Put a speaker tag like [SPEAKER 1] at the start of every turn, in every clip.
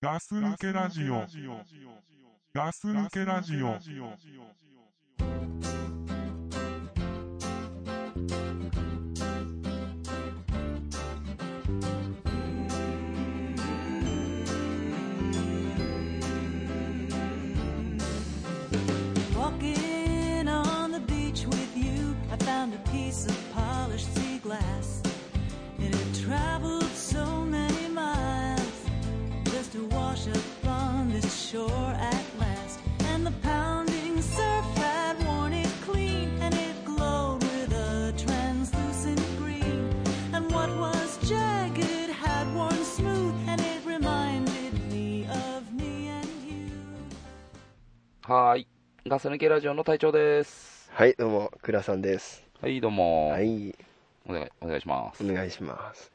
[SPEAKER 1] ガス抜けラジオ。ガス抜けラジオ。
[SPEAKER 2] Walking on the beach with you, I found a piece of polished sea glass. It had traveled so many miles just to wash up on this shore at last. And the pounding surf had worn it clean, and it glowed with a translucent green. And what was jagged had worn smooth, and it reminded me of me and you.
[SPEAKER 3] はーい。ガス抜けラジオの隊長です。
[SPEAKER 4] はい、どうも、倉さんです。
[SPEAKER 3] はい、どうも。
[SPEAKER 4] はい、
[SPEAKER 3] お願い、お願いします
[SPEAKER 4] お。願いします。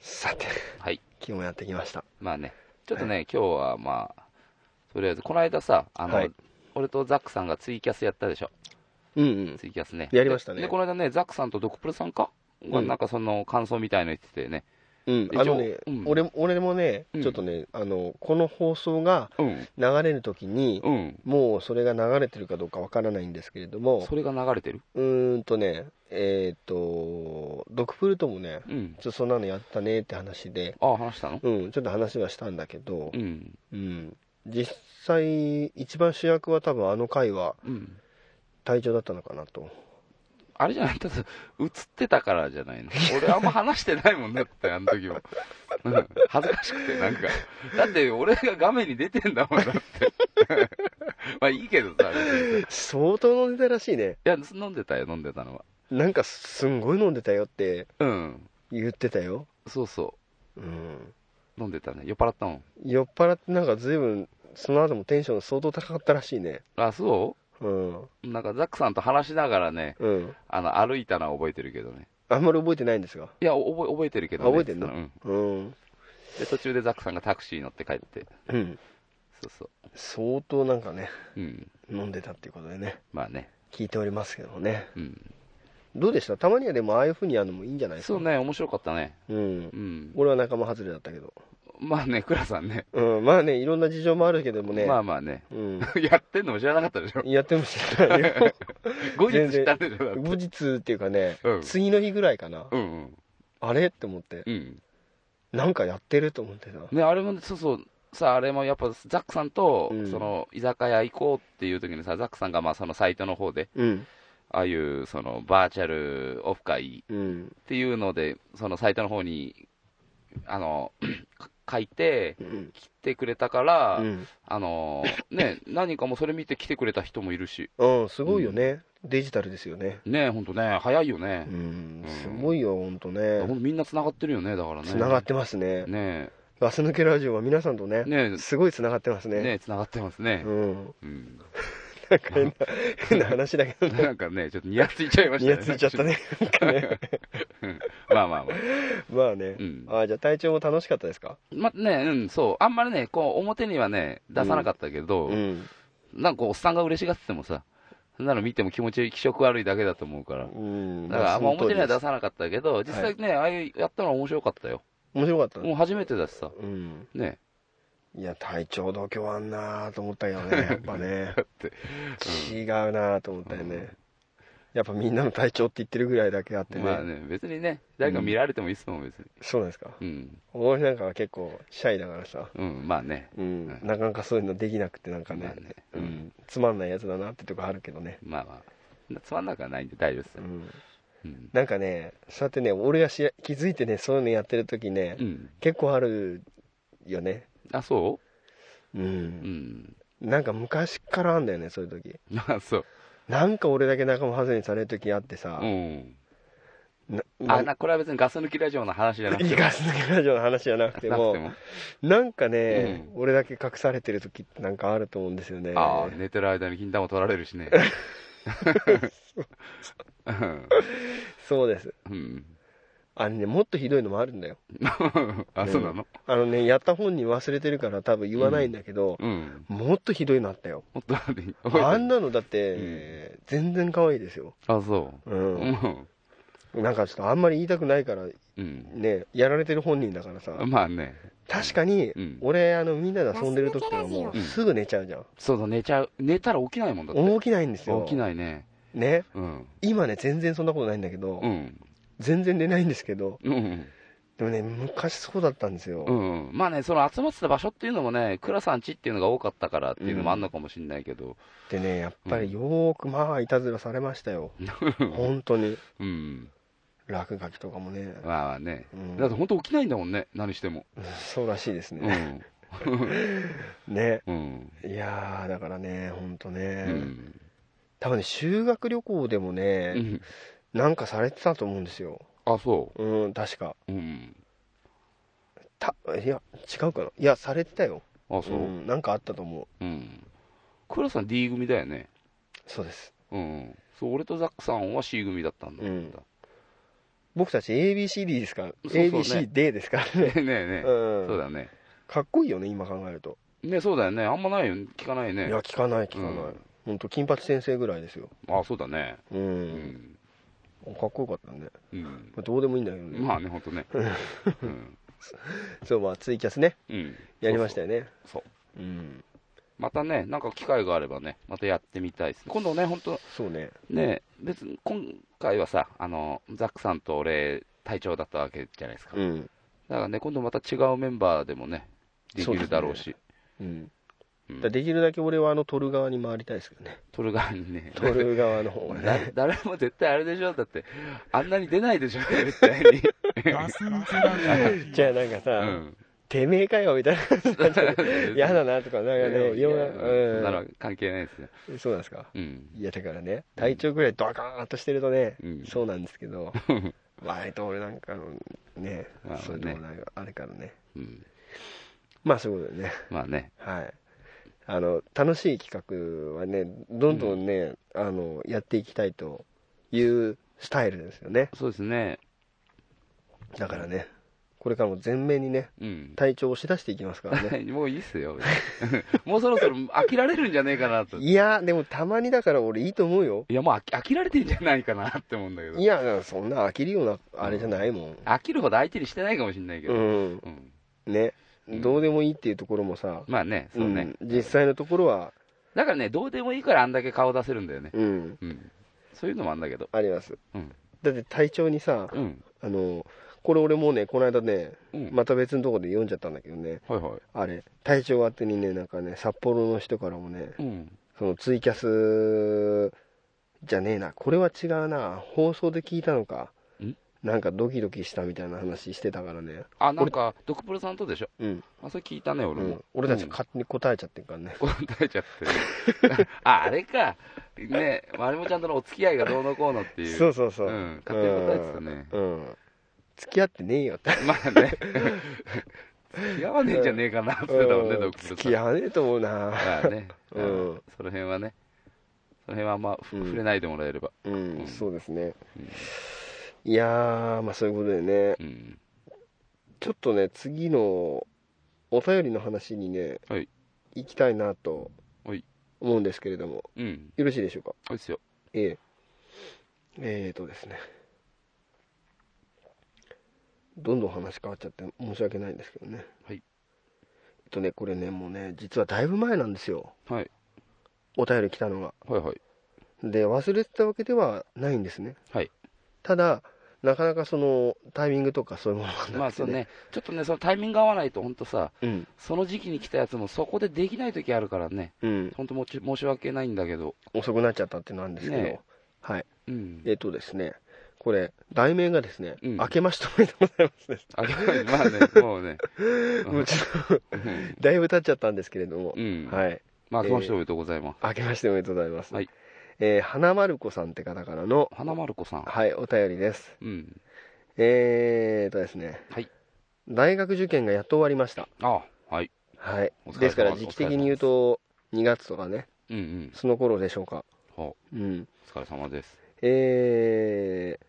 [SPEAKER 4] さて、
[SPEAKER 3] はい。
[SPEAKER 4] 今日もやってきました。
[SPEAKER 3] まあね、ちょっとね、今日はまあ、とりあえず、この間さ、あの、
[SPEAKER 4] はい
[SPEAKER 3] 俺とザックさんがツイキャスやったでしょ。
[SPEAKER 4] うんうん。
[SPEAKER 3] ツイキャスね。
[SPEAKER 4] やりましたね
[SPEAKER 3] で、でこの間ね、ザックさんとドクプルさんかが、
[SPEAKER 4] うん
[SPEAKER 3] なんかその感想みたいの言っててね。
[SPEAKER 4] うん、
[SPEAKER 3] 一応
[SPEAKER 4] あのね、
[SPEAKER 3] うん
[SPEAKER 4] 俺も俺もね、
[SPEAKER 3] うん
[SPEAKER 4] ちょっとね、あの、この放送が
[SPEAKER 3] うん。
[SPEAKER 4] 流れるときに、
[SPEAKER 3] うん。
[SPEAKER 4] もうそれが流れてるかどうかわからないんですけれども、
[SPEAKER 3] それが流れてる
[SPEAKER 4] うーんとね、えっ、と、ドクプルともね、ちょ
[SPEAKER 3] うん
[SPEAKER 4] っ。とそんなのやったねって話で、
[SPEAKER 3] ああ、話したの
[SPEAKER 4] うん、ちょっと話はしたんだけど
[SPEAKER 3] う、ん。
[SPEAKER 4] うん、実際、一番主役は多分あの回は
[SPEAKER 3] うん。
[SPEAKER 4] 隊長だったのかなと。
[SPEAKER 3] あれじゃないただ、映ってたからじゃないの。俺あんま話してないもんだって、あの時も。うん恥ずかしくて、なんか。だって、俺が画面に出てんだもんだって。 まあいいけどさ、別にい
[SPEAKER 4] 相当飲んでたらしいね
[SPEAKER 3] や、飲んでたよ、飲んでたのは。
[SPEAKER 4] なんかすんごい飲んでたよって
[SPEAKER 3] うん。
[SPEAKER 4] 言ってたよ、
[SPEAKER 3] そうそ
[SPEAKER 4] うん、
[SPEAKER 3] う。飲んでたね。酔っ払ったもん。
[SPEAKER 4] 酔っ払ってなんか随分その後もテンション相当高かったらしいね
[SPEAKER 3] あ、そ
[SPEAKER 4] うん
[SPEAKER 3] うなんか、ザックさんと話しながらね、
[SPEAKER 4] うん
[SPEAKER 3] あの、歩いたのは覚えてるけどね。
[SPEAKER 4] あんまり覚えてないんですが
[SPEAKER 3] いや、お覚え覚えてるけどね。
[SPEAKER 4] 覚えてんの
[SPEAKER 3] そうん。
[SPEAKER 4] うん、
[SPEAKER 3] で、途中でザックさんがタクシーに乗って帰って。
[SPEAKER 4] うん、
[SPEAKER 3] そうそ
[SPEAKER 4] 相当なんかね
[SPEAKER 3] う。うん。
[SPEAKER 4] 飲んでたっていうことでね
[SPEAKER 3] まあね。
[SPEAKER 4] 聞いておりますけどもね
[SPEAKER 3] うん。
[SPEAKER 4] どうでしたたまにはでもああいう風にやるのもいいんじゃないですか
[SPEAKER 3] そうね、面白かったね。
[SPEAKER 4] うん
[SPEAKER 3] うん。
[SPEAKER 4] 俺は仲間外れだったけど、
[SPEAKER 3] まあね、倉さんね。
[SPEAKER 4] うん、まあねいろんな事情もあるけどもね、
[SPEAKER 3] まあまあね。
[SPEAKER 4] うん、
[SPEAKER 3] やってんのも知らなかったでしょ。
[SPEAKER 4] やってもしな いよ
[SPEAKER 3] 後日知ったんでしょ。だって
[SPEAKER 4] 後日っていうかね、
[SPEAKER 3] うん
[SPEAKER 4] 次の日ぐらいかな、
[SPEAKER 3] うんうん。
[SPEAKER 4] あれって思って
[SPEAKER 3] うん。
[SPEAKER 4] なんかやってると思ってさ
[SPEAKER 3] ね、あれも、そうそう。さあ、あれもやっぱ、ザックさんと、
[SPEAKER 4] うん
[SPEAKER 3] その、居酒屋行こうっていう時にさ、ザックさんが、まあ、そのサイトの方で、
[SPEAKER 4] うん
[SPEAKER 3] ああいう、その、バーチャルオフ会
[SPEAKER 4] うん
[SPEAKER 3] っていうので、そのサイトの方に、あの、 書いて、
[SPEAKER 4] うん
[SPEAKER 3] 来てくれたから、
[SPEAKER 4] うん、
[SPEAKER 3] あの、ね、何かもうそれ見て来てくれた人もいるし、
[SPEAKER 4] うん、すごいよね、デジタルですよね
[SPEAKER 3] ね、ほんとね、早いよね
[SPEAKER 4] う。ん
[SPEAKER 3] うん
[SPEAKER 4] すごいよほんと
[SPEAKER 3] ほんと
[SPEAKER 4] ね
[SPEAKER 3] みんな繋がってるよね、だからね。
[SPEAKER 4] つながってますね
[SPEAKER 3] ね
[SPEAKER 4] ガス抜けラジオは皆さんとね
[SPEAKER 3] え、ね
[SPEAKER 4] すごいつながってます
[SPEAKER 3] え、
[SPEAKER 4] ね
[SPEAKER 3] ねえ、繋がってますね
[SPEAKER 4] う。ん
[SPEAKER 3] うん。
[SPEAKER 4] なんか変な変な話だけど
[SPEAKER 3] なん かね、ちょっとニヤついちゃいまし
[SPEAKER 4] ニ
[SPEAKER 3] たね。
[SPEAKER 4] ヤ ついちゃった。ねなんかね
[SPEAKER 3] まあまあまあ。
[SPEAKER 4] まあね、
[SPEAKER 3] うん
[SPEAKER 4] あじゃあ体調も楽しかったですか
[SPEAKER 3] まあね、うん、そう。あんまりね、こう、表にはね、出さなかったけど
[SPEAKER 4] う、ん、
[SPEAKER 3] なんかこうおっさんが嬉しがっててもさ、そんなの見ても気持ち気色悪いだけだと思うから。
[SPEAKER 4] うん、
[SPEAKER 3] だから、あんま
[SPEAKER 4] その
[SPEAKER 3] 表
[SPEAKER 4] 通
[SPEAKER 3] に
[SPEAKER 4] りで
[SPEAKER 3] は
[SPEAKER 4] す
[SPEAKER 3] 出さなかったけど、実際ね、ああいう、やったのは面白かったよ。
[SPEAKER 4] 面白かった
[SPEAKER 3] もう
[SPEAKER 4] ね
[SPEAKER 3] 初めてだしさ。
[SPEAKER 4] うん
[SPEAKER 3] ね
[SPEAKER 4] いや体調度胸あんなーと思ったけどねやっぱね
[SPEAKER 3] だって、
[SPEAKER 4] 違うなぁと思ったよね、やっぱみんなの体調って言ってるぐらいだけあってね,、
[SPEAKER 3] まあね、別にね、誰か見られてもいいっすもん、別に。
[SPEAKER 4] そうなんですか
[SPEAKER 3] うん。
[SPEAKER 4] 俺なんかは結構シャイだからさ、
[SPEAKER 3] うん、まあね。
[SPEAKER 4] うん
[SPEAKER 3] はい
[SPEAKER 4] なかなかそういうのできなくてなんかね,、
[SPEAKER 3] まあね
[SPEAKER 4] う
[SPEAKER 3] うん
[SPEAKER 4] ん、つまんないやつだなってとこあるけどね、
[SPEAKER 3] まあまあ。つまんなくはないんで大丈夫です
[SPEAKER 4] う
[SPEAKER 3] よ。
[SPEAKER 4] ん、
[SPEAKER 3] うん。
[SPEAKER 4] なんかねそうやってね俺がし気づいてねそういうのやってる時ね、
[SPEAKER 3] うん。
[SPEAKER 4] 結構あるよね、
[SPEAKER 3] あ、そうううんん。
[SPEAKER 4] なんか昔からあんだよねそういう時
[SPEAKER 3] あ、そう。
[SPEAKER 4] なんか俺だけ仲間外れにされる時あってさ、
[SPEAKER 3] うん。
[SPEAKER 4] な
[SPEAKER 3] あ、
[SPEAKER 4] な
[SPEAKER 3] な、これは別にガス抜きラジオの話じゃなくて
[SPEAKER 4] い
[SPEAKER 3] も。
[SPEAKER 4] いガス抜けラジオの話じゃなくて
[SPEAKER 3] なく
[SPEAKER 4] も
[SPEAKER 3] ても。
[SPEAKER 4] なんかね、
[SPEAKER 3] う
[SPEAKER 4] 俺だけ隠されてる時ってなんかあると思うんですよね。
[SPEAKER 3] ああ、寝てる間に金玉取られるしね。うん
[SPEAKER 4] そうです。
[SPEAKER 3] うん。
[SPEAKER 4] あれね、もっとひどいのもあるんだよ。
[SPEAKER 3] あ、そうなの
[SPEAKER 4] あのね、やった本人忘れてるから多分言わないんだけど、
[SPEAKER 3] うん。
[SPEAKER 4] もっとひどいのあったよ。
[SPEAKER 3] もっとある
[SPEAKER 4] あん
[SPEAKER 3] な
[SPEAKER 4] なのだって、全然可愛いですよ。。
[SPEAKER 3] あ、そうう。うんん。
[SPEAKER 4] なんかちょっとあんまり言いたくないから、
[SPEAKER 3] うん。
[SPEAKER 4] ね、やられてる本人だからさ、
[SPEAKER 3] まあね。
[SPEAKER 4] 確かに、
[SPEAKER 3] うん
[SPEAKER 4] 俺、あの、みんなで遊んでる時とか
[SPEAKER 3] ラ
[SPEAKER 4] も
[SPEAKER 3] ス抜けラジオ、
[SPEAKER 4] すぐ寝ちゃうじゃん。
[SPEAKER 3] そうそう寝ちゃう寝たら起きないもんだって
[SPEAKER 4] 起きないんですよ。
[SPEAKER 3] 起きないね
[SPEAKER 4] ね。
[SPEAKER 3] うん
[SPEAKER 4] 今ね、全然そんなことないんだけど、
[SPEAKER 3] うん
[SPEAKER 4] 全然寝ないんですけど、
[SPEAKER 3] うん
[SPEAKER 4] でもね、昔そうだったんですよ。
[SPEAKER 3] うん、まあね、その集まってた場所っていうのもね、倉さん家っていうのが多かったからっていうのもあんのかもしれないけど、
[SPEAKER 4] でね、やっぱりよーく、まあ、いたずらされまし たよ。本当に。
[SPEAKER 3] うん、
[SPEAKER 4] 落書きとかもね。
[SPEAKER 3] まあね、
[SPEAKER 4] うん
[SPEAKER 3] だって本当起きないんだもんね、何しても。
[SPEAKER 4] そうらしいです
[SPEAKER 3] う
[SPEAKER 4] ね。
[SPEAKER 3] ん、
[SPEAKER 4] ね。
[SPEAKER 3] うん、
[SPEAKER 4] いやー、だからね、ほんと
[SPEAKER 3] う
[SPEAKER 4] ね。
[SPEAKER 3] ん、
[SPEAKER 4] 多分ね、修学旅行でもね、
[SPEAKER 3] うん
[SPEAKER 4] なんかされてたと思うんですよ。
[SPEAKER 3] あ、そ
[SPEAKER 4] うん、確か。
[SPEAKER 3] う、うん、
[SPEAKER 4] た、いや、違うかな。いや、されてたよ。
[SPEAKER 3] あ、そうう、
[SPEAKER 4] ん、なんかあったと思う。
[SPEAKER 3] うん、倉さん D 組だよね、
[SPEAKER 4] そうです。
[SPEAKER 3] うん、そう、俺とザックさんは C 組だったんだ。
[SPEAKER 4] う
[SPEAKER 3] ね
[SPEAKER 4] ん僕たち ABCD ですから、
[SPEAKER 3] そうそうね
[SPEAKER 4] ABCD ですからね。
[SPEAKER 3] え ねえ、
[SPEAKER 4] うん
[SPEAKER 3] そうだね。
[SPEAKER 4] かっこいいよね、今考えると。
[SPEAKER 3] ねそうだよね。あんまないよね。聞かない
[SPEAKER 4] い
[SPEAKER 3] ね
[SPEAKER 4] や、。聞かない、聞かない。
[SPEAKER 3] うん
[SPEAKER 4] ほんと、金八先生ぐらいですよ。
[SPEAKER 3] あ、そうだね。
[SPEAKER 4] う。
[SPEAKER 3] うんん。
[SPEAKER 4] かっこよかったね。
[SPEAKER 3] うん。
[SPEAKER 4] まあどうでもいいんだけどね。
[SPEAKER 3] まあね、ほんとね。うん。
[SPEAKER 4] そう、まあ、ツイキャスね。
[SPEAKER 3] うん。
[SPEAKER 4] やりましたよね。
[SPEAKER 3] そう。
[SPEAKER 4] うん。
[SPEAKER 3] またね、なんか機会があればね、またやってみたいですね。今度ね、本当
[SPEAKER 4] そうね。
[SPEAKER 3] ね、別に今回はさ、あの、ザックさんと俺、隊長だったわけじゃないですか。
[SPEAKER 4] う
[SPEAKER 3] だ
[SPEAKER 4] ん。
[SPEAKER 3] からね、今度また違うメンバーでもね、でき
[SPEAKER 4] そうです
[SPEAKER 3] る
[SPEAKER 4] ね
[SPEAKER 3] だろうし、
[SPEAKER 4] うん。だ
[SPEAKER 3] うん
[SPEAKER 4] からできるだけ俺はあの、撮る側に回りたいですけどね。
[SPEAKER 3] 撮る側にね、
[SPEAKER 4] 撮 る側の方が
[SPEAKER 3] だ
[SPEAKER 4] ね。
[SPEAKER 3] 誰も絶対あれでしょだって、あんなに出ないでしょ絶対に。
[SPEAKER 1] ガス抜けラジオ。
[SPEAKER 4] じゃあなんかさ、
[SPEAKER 3] うん。
[SPEAKER 4] てめえかよみた いな嫌だなとかなんか
[SPEAKER 3] いやいや
[SPEAKER 4] ね
[SPEAKER 3] い
[SPEAKER 4] いろ
[SPEAKER 3] や
[SPEAKER 4] んな
[SPEAKER 3] そんなのは関係ないですよ。
[SPEAKER 4] うんそうなんですか
[SPEAKER 3] うん。
[SPEAKER 4] いやだからね体調ぐらいドカーンとしてるとね、
[SPEAKER 3] うん
[SPEAKER 4] そうなんですけ ど割と俺なんかのね
[SPEAKER 3] まあね
[SPEAKER 4] そういうとこなんかあるからね
[SPEAKER 3] うん。
[SPEAKER 4] まあそういうことでね
[SPEAKER 3] まあね。
[SPEAKER 4] はいあの楽しい企画はねどんどんね、あのやっていきたいというスタイルですよね
[SPEAKER 3] そうですね。
[SPEAKER 4] だからねこれからも全面にね
[SPEAKER 3] うん。
[SPEAKER 4] 体調を押し出していきますからね
[SPEAKER 3] もういいっすよ。別に もうそろそろ飽きられるんじゃねえかなと。い
[SPEAKER 4] いやでもたまにだから俺いいと思うよ
[SPEAKER 3] や、もう飽き飽きられてんじゃないかなって思うんだけど
[SPEAKER 4] い。や、そんな飽きるような、あれじゃないもん。
[SPEAKER 3] 飽きるほど相手にしてないかもしれないけど。
[SPEAKER 4] うん。
[SPEAKER 3] うん
[SPEAKER 4] ね。
[SPEAKER 3] うん
[SPEAKER 4] どうでもいいっていうところもさ、
[SPEAKER 3] まあね、そうね。
[SPEAKER 4] うん実際のところは、
[SPEAKER 3] だからね、どうでもいいからあんだけ顔出せるんだよね。
[SPEAKER 4] うん、
[SPEAKER 3] うん。そういうのもあんだけど。
[SPEAKER 4] あります。
[SPEAKER 3] うん。
[SPEAKER 4] だって隊長にさ、
[SPEAKER 3] うん。
[SPEAKER 4] あの、これ俺もうね、この間ね、
[SPEAKER 3] うん。
[SPEAKER 4] また別のところで読んじゃったんだけどね、
[SPEAKER 3] はいはい。
[SPEAKER 4] あれ、隊長宛てにね、なんかね、札幌の人からもね、
[SPEAKER 3] うん。
[SPEAKER 4] そのツイキャスじゃねえな、これは違うな、放送で聞いたのか
[SPEAKER 3] ん、
[SPEAKER 4] なんかドキドキしたみたいな話してたからね、
[SPEAKER 3] あ、なんか、ドクプロさんとでしょ。
[SPEAKER 4] うん、
[SPEAKER 3] あ、それ聞いたね、
[SPEAKER 4] う
[SPEAKER 3] 俺も
[SPEAKER 4] ん。俺たち
[SPEAKER 3] うん
[SPEAKER 4] 勝手に答えちゃってるからね。
[SPEAKER 3] 答えちゃってるあ、あれか。ね、まりもちゃんとのお付き合いがどうのこうのっていう。
[SPEAKER 4] そうそうそう、
[SPEAKER 3] うん勝手に答えてたね
[SPEAKER 4] うんうん付き合ってねえよ って
[SPEAKER 3] まあね。付き合わねえんじゃねえかなって言ってたもんね、
[SPEAKER 4] うん
[SPEAKER 3] ドクプロ
[SPEAKER 4] 付
[SPEAKER 3] さん。
[SPEAKER 4] き合わねえと思うな
[SPEAKER 3] まあね。
[SPEAKER 4] う
[SPEAKER 3] うんん。その辺はね。その辺はあんまふ
[SPEAKER 4] うん
[SPEAKER 3] 触れないでもらえれば。
[SPEAKER 4] うん、
[SPEAKER 3] うん
[SPEAKER 4] そうですね
[SPEAKER 3] うん
[SPEAKER 4] いやーまあそういうことでね
[SPEAKER 3] うん。
[SPEAKER 4] ちょっとね次のお便りの話にね、
[SPEAKER 3] はい
[SPEAKER 4] 行きたいなと
[SPEAKER 3] はい
[SPEAKER 4] 思うんですけれども
[SPEAKER 3] うん。
[SPEAKER 4] よろしいでしょうか
[SPEAKER 3] そうですよ。
[SPEAKER 4] えええーとですねどんどん話変わっちゃって申し訳ないんですけどね
[SPEAKER 3] はい
[SPEAKER 4] えっとねこれねもうね実はだいぶ前なんですよ
[SPEAKER 3] はい。
[SPEAKER 4] お便り来たのが
[SPEAKER 3] はいはい。
[SPEAKER 4] で忘れてたわけではないんですね
[SPEAKER 3] はい。
[SPEAKER 4] ただなかなかそのタイミングとかそういうものがなくて、ね、
[SPEAKER 3] まあそうね、ちょっとね、そのタイミング合わないと、本当さ、
[SPEAKER 4] うん
[SPEAKER 3] その時期に来たやつもそこでできない時あるからね、
[SPEAKER 4] うん
[SPEAKER 3] 本当もち申し訳ないんだけど。
[SPEAKER 4] 遅くなっちゃったってなんですけど、
[SPEAKER 3] ね
[SPEAKER 4] はい
[SPEAKER 3] うん。
[SPEAKER 4] えっとですねこれ題名がですね、
[SPEAKER 3] うん
[SPEAKER 4] 明けましておめでとうございますです、
[SPEAKER 3] あ、まあね、 もうね。うん
[SPEAKER 4] もうちょっと だいぶ経っちゃったんですけれども
[SPEAKER 3] う、ん。
[SPEAKER 4] はい
[SPEAKER 3] まあ、明けましておめでとうございます。
[SPEAKER 4] 明けましておめでとうございます。
[SPEAKER 3] はい
[SPEAKER 4] えー花丸子さんって方からの、
[SPEAKER 3] 花丸子さん。
[SPEAKER 4] はい、お便りです。
[SPEAKER 3] うん。
[SPEAKER 4] えーとですね、
[SPEAKER 3] はい。
[SPEAKER 4] 大学受験がやっと終わりました。
[SPEAKER 3] あはい。
[SPEAKER 4] はい
[SPEAKER 3] お疲れ様で。す
[SPEAKER 4] ですから時期的に言うと、2月とかね、
[SPEAKER 3] うんうん。
[SPEAKER 4] その頃でしょうか。
[SPEAKER 3] はお
[SPEAKER 4] うん。
[SPEAKER 3] 疲れ様です。
[SPEAKER 4] えー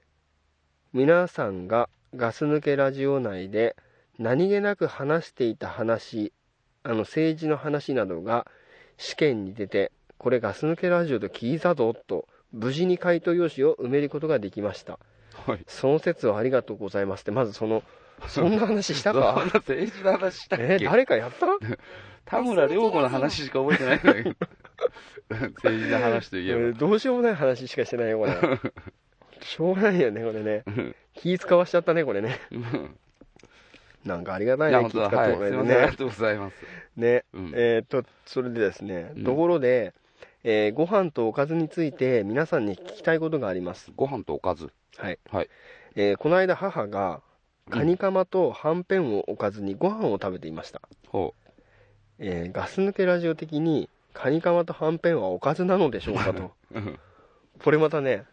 [SPEAKER 4] 皆さんがガス抜けラジオ内で何気なく話していた話、あの政治の話などが試験に出て、これガス抜けラジオと聞いたぞと、無事に回答用紙を埋めることができました。
[SPEAKER 3] はい。
[SPEAKER 4] その説をありがとうございますって、まずそのそんな話した か
[SPEAKER 3] 政治の話 したっ
[SPEAKER 4] え
[SPEAKER 3] け
[SPEAKER 4] 誰かやった
[SPEAKER 3] 田村良子の話しか覚えてないんだけ ど政治の話といえば
[SPEAKER 4] 俺どうしようもない話しかしてないよ これしょうがないよねこれね
[SPEAKER 3] ん
[SPEAKER 4] 気使わしちゃったねこれね
[SPEAKER 3] うん
[SPEAKER 4] なんかありがた
[SPEAKER 3] い
[SPEAKER 4] い
[SPEAKER 3] や
[SPEAKER 4] ね
[SPEAKER 3] 本
[SPEAKER 4] 気
[SPEAKER 3] 当
[SPEAKER 4] 使っ
[SPEAKER 3] だ
[SPEAKER 4] て
[SPEAKER 3] はい
[SPEAKER 4] もらえ
[SPEAKER 3] すいませんありが
[SPEAKER 4] るね
[SPEAKER 3] とうございます
[SPEAKER 4] ね
[SPEAKER 3] うん
[SPEAKER 4] えー、とそれでですね、
[SPEAKER 3] うん
[SPEAKER 4] ところで、えーご飯とおかずについて皆さんに聞きたいことがあります、
[SPEAKER 3] ご飯とおかず
[SPEAKER 4] はい
[SPEAKER 3] はい
[SPEAKER 4] えーこの間母がカニカマとはんぺんをおかずにご飯を食べていました、
[SPEAKER 3] ほう
[SPEAKER 4] えーガス抜けラジオ的にカニカマとはんぺんはおかずなのでしょうかと
[SPEAKER 3] うん
[SPEAKER 4] これまたね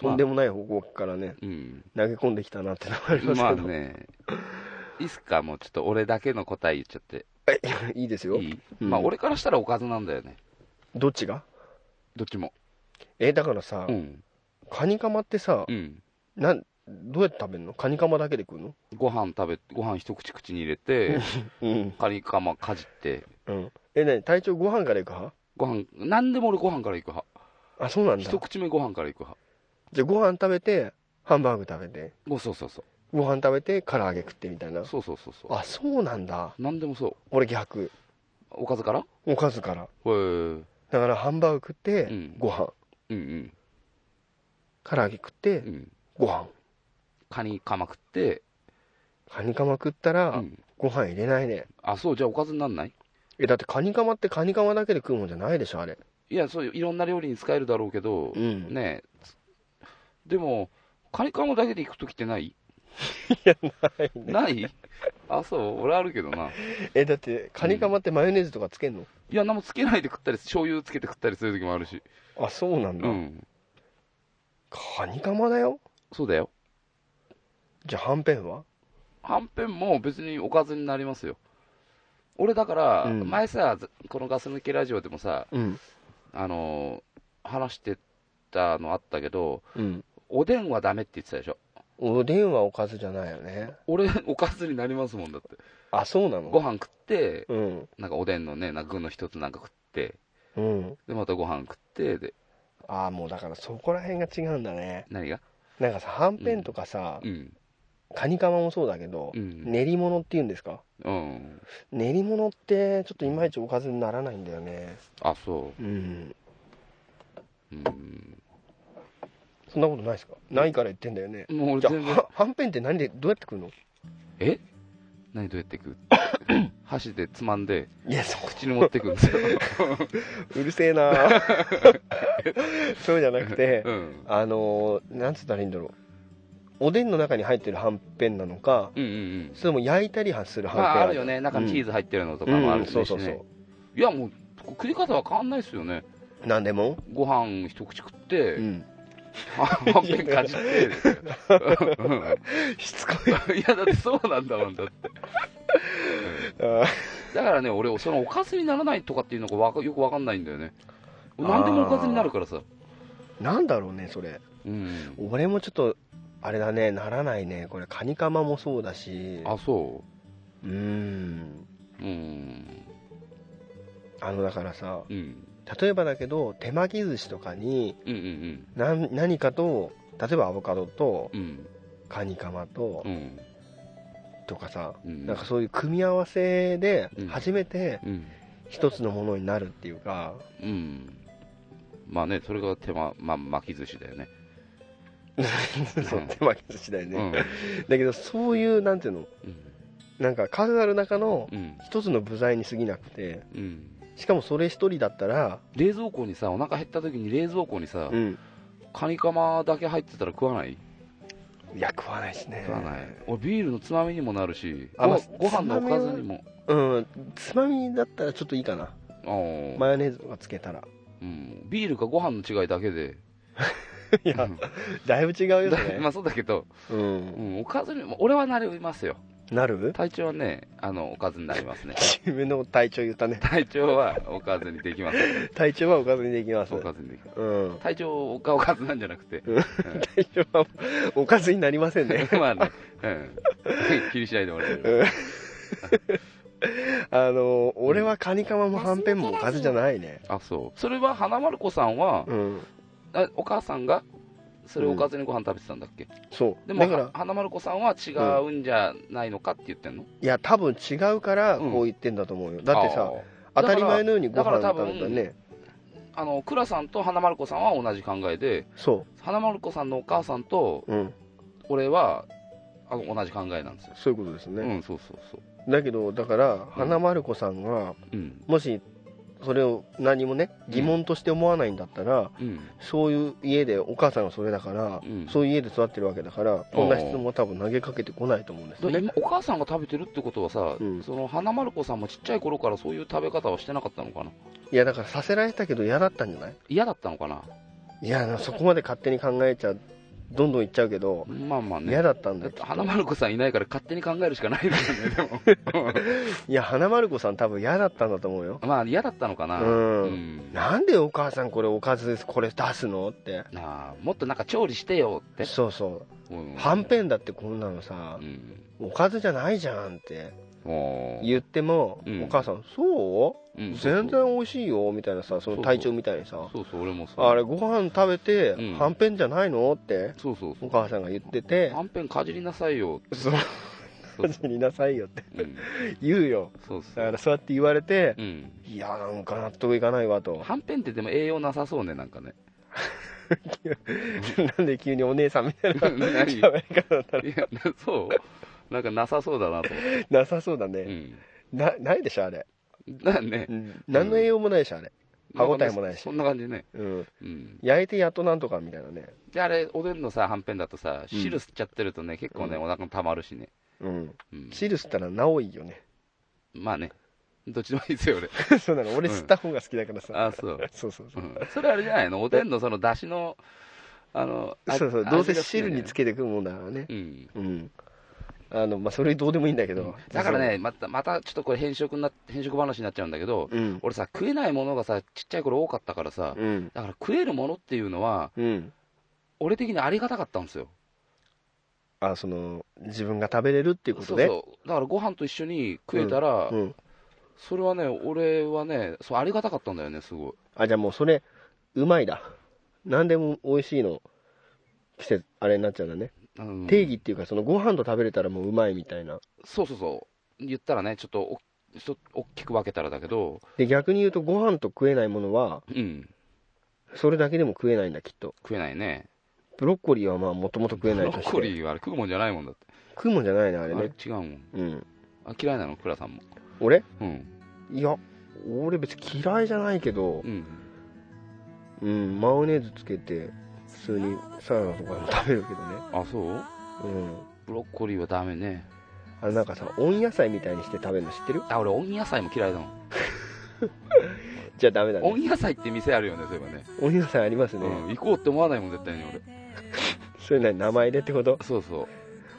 [SPEAKER 4] とんで
[SPEAKER 3] も
[SPEAKER 4] もない方向からね
[SPEAKER 3] うん
[SPEAKER 4] 投げ込んできたなってのがあります
[SPEAKER 3] まあ
[SPEAKER 4] けど、
[SPEAKER 3] ねいいっすかもうちょっと俺だけの答え言っちゃって
[SPEAKER 4] いいですよ
[SPEAKER 3] いい
[SPEAKER 4] うん
[SPEAKER 3] まあ俺からしたらおかずなんだよね
[SPEAKER 4] どっちが
[SPEAKER 3] どっちも
[SPEAKER 4] えーだからさ、
[SPEAKER 3] うん
[SPEAKER 4] カニカマってさ
[SPEAKER 3] うん
[SPEAKER 4] なんどうやって食べるのカニカマだけで食うの
[SPEAKER 3] ご飯食べご飯一口口に入れ て
[SPEAKER 4] うん、
[SPEAKER 3] カニカマかじって
[SPEAKER 4] うん、え何体調ご飯からいく派
[SPEAKER 3] ご飯何でも俺ご飯から行く派
[SPEAKER 4] あそうなんだ
[SPEAKER 3] 一口目ご飯から行く派
[SPEAKER 4] じゃあご飯食べてハンバーグ食べて
[SPEAKER 3] ごそうそうそう
[SPEAKER 4] ご飯食べて唐揚げ食ってみたいな
[SPEAKER 3] そうそうそうそう
[SPEAKER 4] あそうなんだ
[SPEAKER 3] 何でもそう
[SPEAKER 4] 俺逆
[SPEAKER 3] おかずからへ
[SPEAKER 4] おかずから
[SPEAKER 3] えうん
[SPEAKER 4] だからハンバーグ食って
[SPEAKER 3] うん
[SPEAKER 4] ご飯、
[SPEAKER 3] うん
[SPEAKER 4] 唐揚げ食っ
[SPEAKER 3] う
[SPEAKER 4] て
[SPEAKER 3] ん
[SPEAKER 4] ご飯
[SPEAKER 3] カニカマ食って
[SPEAKER 4] カニカマ食ったら、
[SPEAKER 3] うん
[SPEAKER 4] ご飯入れないね
[SPEAKER 3] あそうじゃあおかずになんない
[SPEAKER 4] えだってカニカマってカニカマだけで食うもんじゃないでしょあれ
[SPEAKER 3] いやそういろんな料理に使えるだろうけど
[SPEAKER 4] うん
[SPEAKER 3] ねえでもカニカマだけで行く時ってないいやない、ないあそう俺あるけどな
[SPEAKER 4] えだってカニカマってマヨネーズとかつけんの、
[SPEAKER 3] いや何もつけないで食ったり醤油つけて食ったりする時もあるし
[SPEAKER 4] あそうなんだ、
[SPEAKER 3] うん
[SPEAKER 4] カニカマだよ
[SPEAKER 3] そうだよ
[SPEAKER 4] じゃあはんぺんは
[SPEAKER 3] はんぺんも別におかずになりますよ俺だから
[SPEAKER 4] うん
[SPEAKER 3] 前さ、ずこのガス抜けラジオでもさ
[SPEAKER 4] うん
[SPEAKER 3] あのー話してたのあったけど
[SPEAKER 4] うん
[SPEAKER 3] おでんはダメって言ってたでしょ
[SPEAKER 4] おでんはおかずじゃないよね
[SPEAKER 3] 俺おかずになりますもんだって
[SPEAKER 4] あそうな
[SPEAKER 3] ご
[SPEAKER 4] の
[SPEAKER 3] 飯食って
[SPEAKER 4] うん
[SPEAKER 3] なんかおでんのねなんか具の一つなんか食って
[SPEAKER 4] うん
[SPEAKER 3] でまたご飯食ってで
[SPEAKER 4] ああもうだからそこら辺が違うんだね
[SPEAKER 3] 何が
[SPEAKER 4] なんかさはんぺんとかさ、
[SPEAKER 3] うん
[SPEAKER 4] カニカマもそうだけど、
[SPEAKER 3] うん
[SPEAKER 4] 練り物っていうんですか
[SPEAKER 3] うん
[SPEAKER 4] 練り物ってちょっといまいちおかずにならないんだよね
[SPEAKER 3] あそ
[SPEAKER 4] うん
[SPEAKER 3] ううん
[SPEAKER 4] そんなことないですかないから言ってんだよね
[SPEAKER 3] もう
[SPEAKER 4] じ
[SPEAKER 3] 俺
[SPEAKER 4] ゃ
[SPEAKER 3] 全
[SPEAKER 4] あ
[SPEAKER 3] 然
[SPEAKER 4] ははんぺんって何でどうやって食うの
[SPEAKER 3] え何どうやって食う箸でつまんで
[SPEAKER 4] い やそ
[SPEAKER 3] 口に持ってくんですよ、
[SPEAKER 4] うるせえな そうじゃなくて
[SPEAKER 3] うん、
[SPEAKER 4] あのーなんつったらいいんだろうおでんの中に入ってるはんぺんなのか
[SPEAKER 3] うんうんうん
[SPEAKER 4] それも焼いたりするはん
[SPEAKER 3] ま
[SPEAKER 4] ぺ
[SPEAKER 3] あ
[SPEAKER 4] ん
[SPEAKER 3] あるよね中にチーズ入ってるのと
[SPEAKER 4] と
[SPEAKER 3] かもある
[SPEAKER 4] うん、
[SPEAKER 3] し、ね
[SPEAKER 4] そうそうそう
[SPEAKER 3] いやもう食い方は変わんないですよね
[SPEAKER 4] 何でも
[SPEAKER 3] ご飯一口食って、
[SPEAKER 4] うん
[SPEAKER 3] はんぺんかじってですよ
[SPEAKER 4] しつこい
[SPEAKER 3] うんいやだってそうなんだもんだってだからね俺そのおかずにならないとかっていうのがわかよくわかんないんだよね何でもおかずになるからさ
[SPEAKER 4] なんだろうねそれ
[SPEAKER 3] うん
[SPEAKER 4] 俺もちょっとあれだねならないねこれカニカマもそうだし
[SPEAKER 3] あそう
[SPEAKER 4] ーん
[SPEAKER 3] ううん
[SPEAKER 4] あのだからさ
[SPEAKER 3] うん
[SPEAKER 4] 例えばだけど手巻き寿司とかに
[SPEAKER 3] うんうん
[SPEAKER 4] 何何かと例えばアボカドと
[SPEAKER 3] うんうん
[SPEAKER 4] カニカマと
[SPEAKER 3] うん
[SPEAKER 4] とかさ
[SPEAKER 3] うん
[SPEAKER 4] なんかそういう組み合わせで
[SPEAKER 3] うん
[SPEAKER 4] 初めて
[SPEAKER 3] うん
[SPEAKER 4] 一つのものになるっていうか、
[SPEAKER 3] うんまあねそれが手間、まあ、巻き寿司だよね
[SPEAKER 4] そう
[SPEAKER 3] うん
[SPEAKER 4] 手巻き寿司だよね、だけどそういうなんていうの
[SPEAKER 3] うん
[SPEAKER 4] なんか数ある中の
[SPEAKER 3] うん
[SPEAKER 4] 一つの部材に過ぎなくて
[SPEAKER 3] うん、うん
[SPEAKER 4] しかもそれ一人だったら
[SPEAKER 3] 冷蔵庫にさお腹減った時に冷蔵庫にさ、
[SPEAKER 4] うん
[SPEAKER 3] カニカマだけ入ってたら食わない
[SPEAKER 4] いや食わないですね
[SPEAKER 3] 食わない、俺ビールのつまみにもなるし
[SPEAKER 4] あまあ
[SPEAKER 3] ごご飯のおかずにも
[SPEAKER 4] うんつまみだったらちょっといいかな
[SPEAKER 3] あー
[SPEAKER 4] マヨネーズとかつけたら
[SPEAKER 3] うん、ビールかご飯の違いだけで
[SPEAKER 4] いやだいぶ違うよ
[SPEAKER 3] だ
[SPEAKER 4] ね、
[SPEAKER 3] まあそうだけど、
[SPEAKER 4] う
[SPEAKER 3] うんん、おかずにも俺はなりますよ
[SPEAKER 4] なる
[SPEAKER 3] 体調はねあのおかずになりますね
[SPEAKER 4] 自分の体調言ったね
[SPEAKER 3] 体調はおかずにできます
[SPEAKER 4] 体調はおかずにできます
[SPEAKER 3] おかずにできます
[SPEAKER 4] うん
[SPEAKER 3] 体調がおかずなんじゃなくて、
[SPEAKER 4] 体調はおかずになりませんね
[SPEAKER 3] うんまあね、うん、 気にしないでもらえる
[SPEAKER 4] うんあの俺はカニカマもはんぺんもおかずじゃないね
[SPEAKER 3] あそうそれは花丸子さんは、
[SPEAKER 4] うん
[SPEAKER 3] あお母さんがそれをおかずにご飯食べてたんだっけ、
[SPEAKER 4] そう
[SPEAKER 3] で
[SPEAKER 4] だか
[SPEAKER 3] も
[SPEAKER 4] ら
[SPEAKER 3] 花丸子さんは違うんじゃないのかって言ってんの、
[SPEAKER 4] いや多分違うから
[SPEAKER 3] うん
[SPEAKER 4] こう言ってんだと思うよ、だって
[SPEAKER 3] あ
[SPEAKER 4] さ
[SPEAKER 3] ー
[SPEAKER 4] 当たり前のようにご
[SPEAKER 3] だから
[SPEAKER 4] 飯
[SPEAKER 3] だ
[SPEAKER 4] 食
[SPEAKER 3] から多
[SPEAKER 4] べ
[SPEAKER 3] 分
[SPEAKER 4] たね
[SPEAKER 3] あの倉さんと花丸子さんは同じ考えで
[SPEAKER 4] そ
[SPEAKER 3] 花丸子さんのお母さんと
[SPEAKER 4] ううん
[SPEAKER 3] 俺はあの同じ考えなんですよ、
[SPEAKER 4] そういうことですね、
[SPEAKER 3] うんそうそうそう
[SPEAKER 4] だけどだから花丸子さんが
[SPEAKER 3] うん
[SPEAKER 4] もしそれを何もね疑問として思わないんだったら、
[SPEAKER 3] うん
[SPEAKER 4] そういう家でお母さんがそれだから、
[SPEAKER 3] うん
[SPEAKER 4] そういう家で育ってるわけだからこんな質問は多分投げかけてこないと思うんですよ
[SPEAKER 3] で
[SPEAKER 4] ね
[SPEAKER 3] 今お母さんが食べてるってことはさ、
[SPEAKER 4] うん
[SPEAKER 3] その花丸子さんもちっちゃい頃からそういう食べ方はしてなかったのかない
[SPEAKER 4] やだからさせられたけど嫌だったんじゃない
[SPEAKER 3] 嫌だったのかない
[SPEAKER 4] やそこまで勝手に考えちゃどんどんいっちゃうけど
[SPEAKER 3] まあまあね
[SPEAKER 4] 嫌だったん
[SPEAKER 3] だ
[SPEAKER 4] だ
[SPEAKER 3] っ
[SPEAKER 4] よ
[SPEAKER 3] て花丸子さんいないから勝手に考えるしかない ですよねでも
[SPEAKER 4] いや花丸子さん多分嫌だったんだと思うよ
[SPEAKER 3] まあ嫌だったのかな
[SPEAKER 4] うん
[SPEAKER 3] うん
[SPEAKER 4] なんでお母さんこれおかずですこれ出すのって
[SPEAKER 3] なあもっとなんか調理してよって、
[SPEAKER 4] そうそう
[SPEAKER 3] うん
[SPEAKER 4] はんぺんだってこんなのさ
[SPEAKER 3] う、ん
[SPEAKER 4] おかずじゃないじゃんって
[SPEAKER 3] おー
[SPEAKER 4] 言っても、
[SPEAKER 3] うん
[SPEAKER 4] お母さん「そう
[SPEAKER 3] うん
[SPEAKER 4] 全然美味しいよ」みたいなさその体調みたいにさ
[SPEAKER 3] そうそう俺もそう
[SPEAKER 4] あれご飯食べて
[SPEAKER 3] うん
[SPEAKER 4] はんぺんじゃないのって
[SPEAKER 3] そうそうそ
[SPEAKER 4] お
[SPEAKER 3] う
[SPEAKER 4] 母さんが言ってて
[SPEAKER 3] はんぺんかじりなさい よ
[SPEAKER 4] 「そう
[SPEAKER 3] そう
[SPEAKER 4] 始めなさいよ」って
[SPEAKER 3] うん
[SPEAKER 4] 言うよ
[SPEAKER 3] そうそ
[SPEAKER 4] だか
[SPEAKER 3] う
[SPEAKER 4] らそうやって言われて
[SPEAKER 3] うん
[SPEAKER 4] いやなんか納得いかないわと
[SPEAKER 3] はんぺんってでも栄養なさそうねなんかね
[SPEAKER 4] なんで急にお姉さんみたいな
[SPEAKER 3] 何いや
[SPEAKER 4] 喋り方だったら
[SPEAKER 3] そうなんかなさそうだなと思って
[SPEAKER 4] なさそうだ
[SPEAKER 3] う
[SPEAKER 4] ね
[SPEAKER 3] ん
[SPEAKER 4] なないでしょあれ
[SPEAKER 3] だね
[SPEAKER 4] 何の栄養もないでしょあれ歯応えもないし
[SPEAKER 3] そんな感じね
[SPEAKER 4] うん
[SPEAKER 3] うん
[SPEAKER 4] 焼いてやっとなんとかみたいなね
[SPEAKER 3] であれおでんのさはんぺんだとさ
[SPEAKER 4] うん
[SPEAKER 3] 汁吸っちゃってるとね結構ね
[SPEAKER 4] う
[SPEAKER 3] お腹もたまるしね
[SPEAKER 4] うん
[SPEAKER 3] うん
[SPEAKER 4] 汁吸ったらなおいよね
[SPEAKER 3] まあねどっちでもいいですよ俺
[SPEAKER 4] そうなの俺吸った方が好きだからさ
[SPEAKER 3] あそう
[SPEAKER 4] そうそうそううん
[SPEAKER 3] それあれじゃないのおでんのその出汁のあのあ
[SPEAKER 4] そうそう
[SPEAKER 3] 味が
[SPEAKER 4] どうせ
[SPEAKER 3] 好きな
[SPEAKER 4] 汁
[SPEAKER 3] んじゃない
[SPEAKER 4] につけてくもんだからね
[SPEAKER 3] うん
[SPEAKER 4] うんあのまあそれどうでもいいんだけど
[SPEAKER 3] だからねまたまたちょっとこれ変色にな変色話になっちゃうんだけど
[SPEAKER 4] うん
[SPEAKER 3] 俺さ食えないものがさちっちゃい頃多かったからさ
[SPEAKER 4] うん
[SPEAKER 3] だから食えるものっていうのは
[SPEAKER 4] うん
[SPEAKER 3] 俺的にありがたかったんですよ
[SPEAKER 4] あその自分が食べれるっていうこ
[SPEAKER 3] そ
[SPEAKER 4] と
[SPEAKER 3] う
[SPEAKER 4] ね
[SPEAKER 3] そうだからご飯と一緒に食えたら
[SPEAKER 4] うん
[SPEAKER 3] それはね俺はねそうありがたかったんだよねすごい
[SPEAKER 4] あじゃあもうそれうまいだ何でも美味しいの季節あれになっちゃうんだね
[SPEAKER 3] うん
[SPEAKER 4] 定義っていうかそのご飯と食べれたらもううまいみたいな
[SPEAKER 3] そうそうそう言ったらねちょっとおちょっと大きく分けたらだけど
[SPEAKER 4] で逆に言うとご飯と食えないものは
[SPEAKER 3] うん
[SPEAKER 4] それだけでも食えないんだきっと
[SPEAKER 3] 食えないね
[SPEAKER 4] ブロッコリーはまあもともと食え
[SPEAKER 3] ブ
[SPEAKER 4] ない
[SPEAKER 3] ロ
[SPEAKER 4] として
[SPEAKER 3] ッコリーはあれ食うもんじゃないもんだって
[SPEAKER 4] 食うもんじゃないねあ
[SPEAKER 3] あ
[SPEAKER 4] れ
[SPEAKER 3] れ,、
[SPEAKER 4] ね
[SPEAKER 3] 違うもん
[SPEAKER 4] うん
[SPEAKER 3] あ嫌いなの倉さんも
[SPEAKER 4] 俺
[SPEAKER 3] うん
[SPEAKER 4] いや俺別に嫌いじゃないけど
[SPEAKER 3] う、ん
[SPEAKER 4] うん、マヨネーズつけて普通にサラダとかでも食べるけどね
[SPEAKER 3] あそう
[SPEAKER 4] うん
[SPEAKER 3] ブロッコリーはダメね
[SPEAKER 4] あれなんかさ温野菜みたいにして食べるの知ってる
[SPEAKER 3] あ俺温野菜も嫌いだもん
[SPEAKER 4] じゃあダメだね
[SPEAKER 3] 温野菜って店あるよねそういえばね、
[SPEAKER 4] 温野菜ありますね、
[SPEAKER 3] うん、行こうって思わないもん絶対に俺
[SPEAKER 4] それなに名前でってこと
[SPEAKER 3] そうそ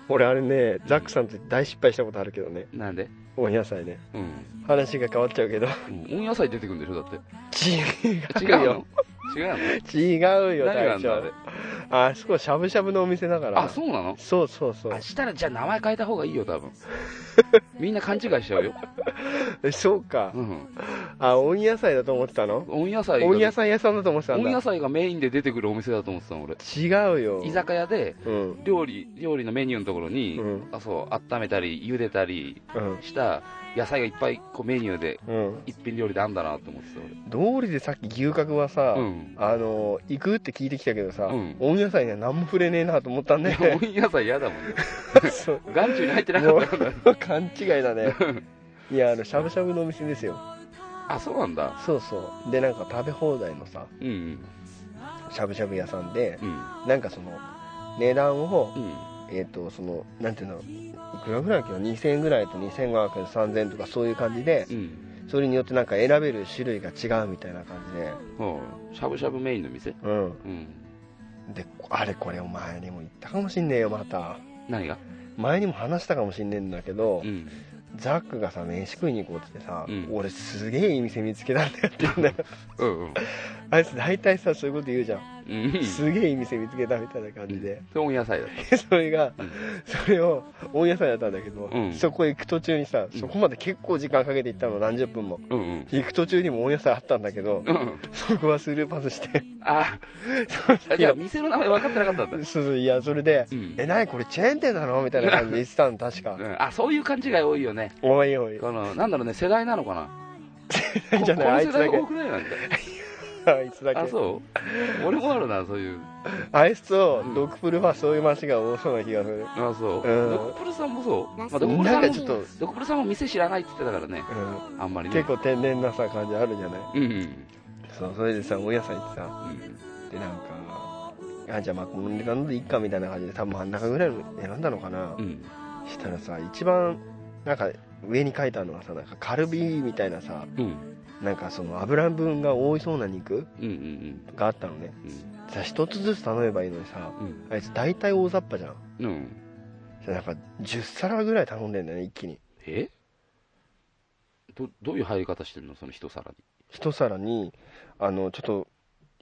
[SPEAKER 4] 俺あれねザックさんと大失敗したことあるけどね
[SPEAKER 3] うなんで
[SPEAKER 4] 温野菜ね
[SPEAKER 3] うん、
[SPEAKER 4] 話が変わっちゃうけど
[SPEAKER 3] うん、温野菜出てくるんでしょだっ
[SPEAKER 4] 違
[SPEAKER 3] て
[SPEAKER 4] う
[SPEAKER 3] 違う
[SPEAKER 4] よ
[SPEAKER 3] の違う
[SPEAKER 4] 違うよ
[SPEAKER 3] の何があ
[SPEAKER 4] 大
[SPEAKER 3] んだあ
[SPEAKER 4] 将
[SPEAKER 3] れ
[SPEAKER 4] あそこしゃぶしゃぶのお店だから
[SPEAKER 3] あそうなの
[SPEAKER 4] そうそうそう
[SPEAKER 3] あしたらじゃあ名前変えた方がいいよ多分 みんな勘違いしちゃうよ、
[SPEAKER 4] えそうか
[SPEAKER 3] うん、
[SPEAKER 4] あ温野菜だと思ってたの
[SPEAKER 3] 温野菜が
[SPEAKER 4] 温野菜屋さんだと思ってたん
[SPEAKER 3] 温
[SPEAKER 4] だ
[SPEAKER 3] 野菜がメインで出てくるお店だと思ってたの俺
[SPEAKER 4] 違うよ
[SPEAKER 3] 居酒屋で
[SPEAKER 4] うん
[SPEAKER 3] 料理料理のメニューのところに、
[SPEAKER 4] うん
[SPEAKER 3] あそう温めたり茹でたり
[SPEAKER 4] うん
[SPEAKER 3] した野菜がいっぱいこうメニューで
[SPEAKER 4] うん
[SPEAKER 3] 一品料理であんだなと思ってた
[SPEAKER 4] 道理でさっき牛角はさ、
[SPEAKER 3] 俺 うん
[SPEAKER 4] あの行くって聞いてきたけどさ、
[SPEAKER 3] うん
[SPEAKER 4] 温野菜には何も触れねえなと思ったんだよね
[SPEAKER 3] 温野菜嫌だもんね
[SPEAKER 4] そう
[SPEAKER 3] 眼中に入ってな
[SPEAKER 4] も
[SPEAKER 3] かったから ね
[SPEAKER 4] う勘違いだねいやあのしゃぶしゃぶのお店ですよ
[SPEAKER 3] あそうなんだ
[SPEAKER 4] そうそうでなんか食べ放題のさ
[SPEAKER 3] うん
[SPEAKER 4] しゃぶしゃぶ屋さんで
[SPEAKER 3] うん
[SPEAKER 4] なんかその値段を
[SPEAKER 3] う、ん
[SPEAKER 4] えっとそのなんていうのいくらぐらいだっけな2000円ぐらいと2500円3000円とかそういう感じで
[SPEAKER 3] うん
[SPEAKER 4] それによってなんか選べる種類が違うみたいな感じで
[SPEAKER 3] うんしゃぶしゃぶメインの店
[SPEAKER 4] うん
[SPEAKER 3] うん
[SPEAKER 4] であれこれお前にも言ったかもしんねえよまた
[SPEAKER 3] 何が
[SPEAKER 4] 前にも話したかもしんねえんだけど、
[SPEAKER 3] うん
[SPEAKER 4] ザックがさ飯食いに行こうってってさ、
[SPEAKER 3] うん
[SPEAKER 4] 俺すげえいい店見つけたんだよって言うんだよ
[SPEAKER 3] うんうん
[SPEAKER 4] あいつ大体さそういうこと言うじゃん
[SPEAKER 3] うん。
[SPEAKER 4] すげえいい店見つけたみたいな感じで、
[SPEAKER 3] で、温野菜だった。
[SPEAKER 4] でそれが
[SPEAKER 3] うん
[SPEAKER 4] それを温野菜だったんだけど、
[SPEAKER 3] うん
[SPEAKER 4] そこ行く途中にさそこまで結構時間かけて行ったの何十分も
[SPEAKER 3] うんうん。
[SPEAKER 4] 行く途中にも温野菜あったんだけど、
[SPEAKER 3] うん。
[SPEAKER 4] そこはスルーパス して
[SPEAKER 3] ああ、じゃあ店の名前分かってなかったんだ。
[SPEAKER 4] そうそういやそれで
[SPEAKER 3] う
[SPEAKER 4] 「
[SPEAKER 3] ん
[SPEAKER 4] えなにこれチェーン店なの?」みたいな感じで言ってたの確か
[SPEAKER 3] うんあ、そういう勘違い多いよね。
[SPEAKER 4] おいおい
[SPEAKER 3] この、なんだろうね、世代なのかな。
[SPEAKER 4] じゃないあい
[SPEAKER 3] こ
[SPEAKER 4] つ
[SPEAKER 3] この世代
[SPEAKER 4] だ
[SPEAKER 3] が多くないなんて。
[SPEAKER 4] けあいつだけ
[SPEAKER 3] あ、そう俺もあるな、そういう。
[SPEAKER 4] あいつと
[SPEAKER 3] うん
[SPEAKER 4] ドクプルはそういう話が多そうな気がする
[SPEAKER 3] あ、そう。
[SPEAKER 4] うん
[SPEAKER 3] ドクプルさんもそう。まあ、ドクプル
[SPEAKER 4] な
[SPEAKER 3] さ
[SPEAKER 4] ん
[SPEAKER 3] ん
[SPEAKER 4] かちょっと、
[SPEAKER 3] も、ドクプルさんも店知らないって言ってたからね。
[SPEAKER 4] う
[SPEAKER 3] あんまり
[SPEAKER 4] ん、
[SPEAKER 3] ね。
[SPEAKER 4] 結構天然なさ感じあるじゃない
[SPEAKER 3] うんうん。
[SPEAKER 4] そうそれでさ温野菜行ってさ
[SPEAKER 3] うん。
[SPEAKER 4] でなんかあじゃあまあこの値段でいいかみたいな感じで多分真ん中ぐらいの選んだのかな、
[SPEAKER 3] うん。
[SPEAKER 4] したらさ一番なんか上に書いてあるのはさなんかカルビみたいなさ
[SPEAKER 3] うん。
[SPEAKER 4] なんかその油分が多いそうな肉
[SPEAKER 3] うん。うん。
[SPEAKER 4] があったのね
[SPEAKER 3] うん。
[SPEAKER 4] さ一つずつ頼めばいいのにさ
[SPEAKER 3] うん。
[SPEAKER 4] あいつ大体大雑把じゃん
[SPEAKER 3] うん。うん。
[SPEAKER 4] じゃなんか10皿ぐらい頼んでんだよね一気に
[SPEAKER 3] えど、どういう入り方してるのその一皿
[SPEAKER 4] 一皿にあのちょっと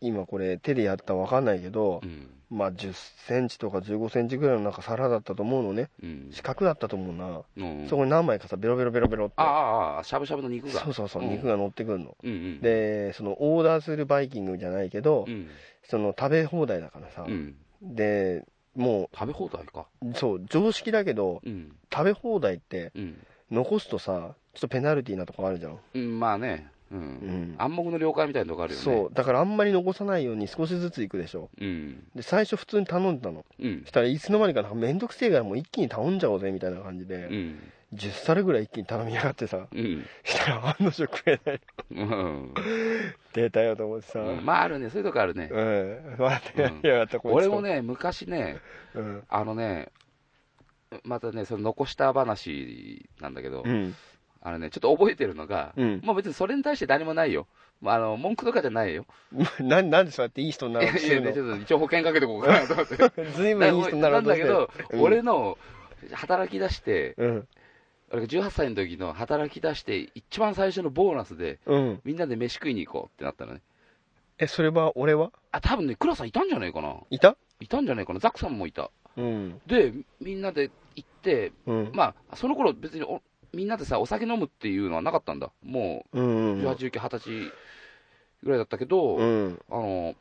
[SPEAKER 4] 今これ手でやったら分かんないけど
[SPEAKER 3] に。う、ん。
[SPEAKER 4] まあ1 0ンチとか1 5ンチぐらいのなんか皿だったと思うのね
[SPEAKER 3] うん
[SPEAKER 4] 四角だったと思うな、
[SPEAKER 3] うん。
[SPEAKER 4] そこに何枚かさベロベロベロベロって
[SPEAKER 3] ああああ、しゃぶしゃぶの肉が。
[SPEAKER 4] そうそうそう、
[SPEAKER 3] ん
[SPEAKER 4] 肉が乗ってくるの
[SPEAKER 3] うんうん。、
[SPEAKER 4] でそのオーダーするバイキングじゃないけど、
[SPEAKER 3] うん。
[SPEAKER 4] その食べ放題だからさ、
[SPEAKER 3] うん。
[SPEAKER 4] でも
[SPEAKER 3] 食べ放題か。
[SPEAKER 4] うそう常識だけど
[SPEAKER 3] うん。
[SPEAKER 4] 食べ放題って
[SPEAKER 3] うん。
[SPEAKER 4] 残すとさちょっとペナルティーなとこあるじゃん、
[SPEAKER 3] うん、まあね。う。
[SPEAKER 4] うんん
[SPEAKER 3] 暗黙の了解みたいなとこあるよね。
[SPEAKER 4] そうだからあんまり残さないように少しずついくでしょ
[SPEAKER 3] う。うん。
[SPEAKER 4] で最初普通に頼んでたの
[SPEAKER 3] うん
[SPEAKER 4] そし。たらいつの間にかなんかめんどくせえからもう一気に頼んじゃおうぜみたいな感じで、
[SPEAKER 3] うん。
[SPEAKER 4] 10皿ぐらい一気に頼みやがってさ
[SPEAKER 3] うん。
[SPEAKER 4] したら案の定食えない
[SPEAKER 3] うん。
[SPEAKER 4] 出たよと思ってさ、
[SPEAKER 3] うんまああるね。そういうとこあるね。
[SPEAKER 4] うん、笑ってやりやがった、こいつ
[SPEAKER 3] 俺も、ね、昔ね、
[SPEAKER 4] うん、
[SPEAKER 3] あのね、またね、その残した話なんだけど
[SPEAKER 4] う、ん、
[SPEAKER 3] あのね、ちょっと覚えてるのが、
[SPEAKER 4] うん、
[SPEAKER 3] まあ別にそれに対して何もないよ。まああの、文句とかじゃないよ。
[SPEAKER 4] ななんでそうやっていい人にないろう
[SPEAKER 3] や
[SPEAKER 4] とし
[SPEAKER 3] い
[SPEAKER 4] て
[SPEAKER 3] やね、ち
[SPEAKER 4] る
[SPEAKER 3] ょっと一応保険かけてこうかなと思 って。
[SPEAKER 4] の、ずいぶんいい人になろ
[SPEAKER 3] な
[SPEAKER 4] うんと
[SPEAKER 3] だ
[SPEAKER 4] し
[SPEAKER 3] け
[SPEAKER 4] てる
[SPEAKER 3] ど、
[SPEAKER 4] うん
[SPEAKER 3] 俺の働き出して、
[SPEAKER 4] うん、
[SPEAKER 3] 俺が18歳の時の働き出して、一番最初のボーナスで、
[SPEAKER 4] うん、
[SPEAKER 3] みんなで飯食いに行こうってなったのね。
[SPEAKER 4] え、それは俺は
[SPEAKER 3] あ、多分ね、クラさんいたんじゃないかな。
[SPEAKER 4] いた
[SPEAKER 3] いたんじゃないかな。ザクさんもいた。
[SPEAKER 4] うん、
[SPEAKER 3] で、みんなで行って、
[SPEAKER 4] うん、
[SPEAKER 3] まあ、その頃別におみんなでさ、お酒飲むっていうのはなかったんだ。も
[SPEAKER 4] うん、
[SPEAKER 3] う、
[SPEAKER 4] うん
[SPEAKER 3] 18、19、20歳ぐらいだったけど、
[SPEAKER 4] うん、
[SPEAKER 3] あの、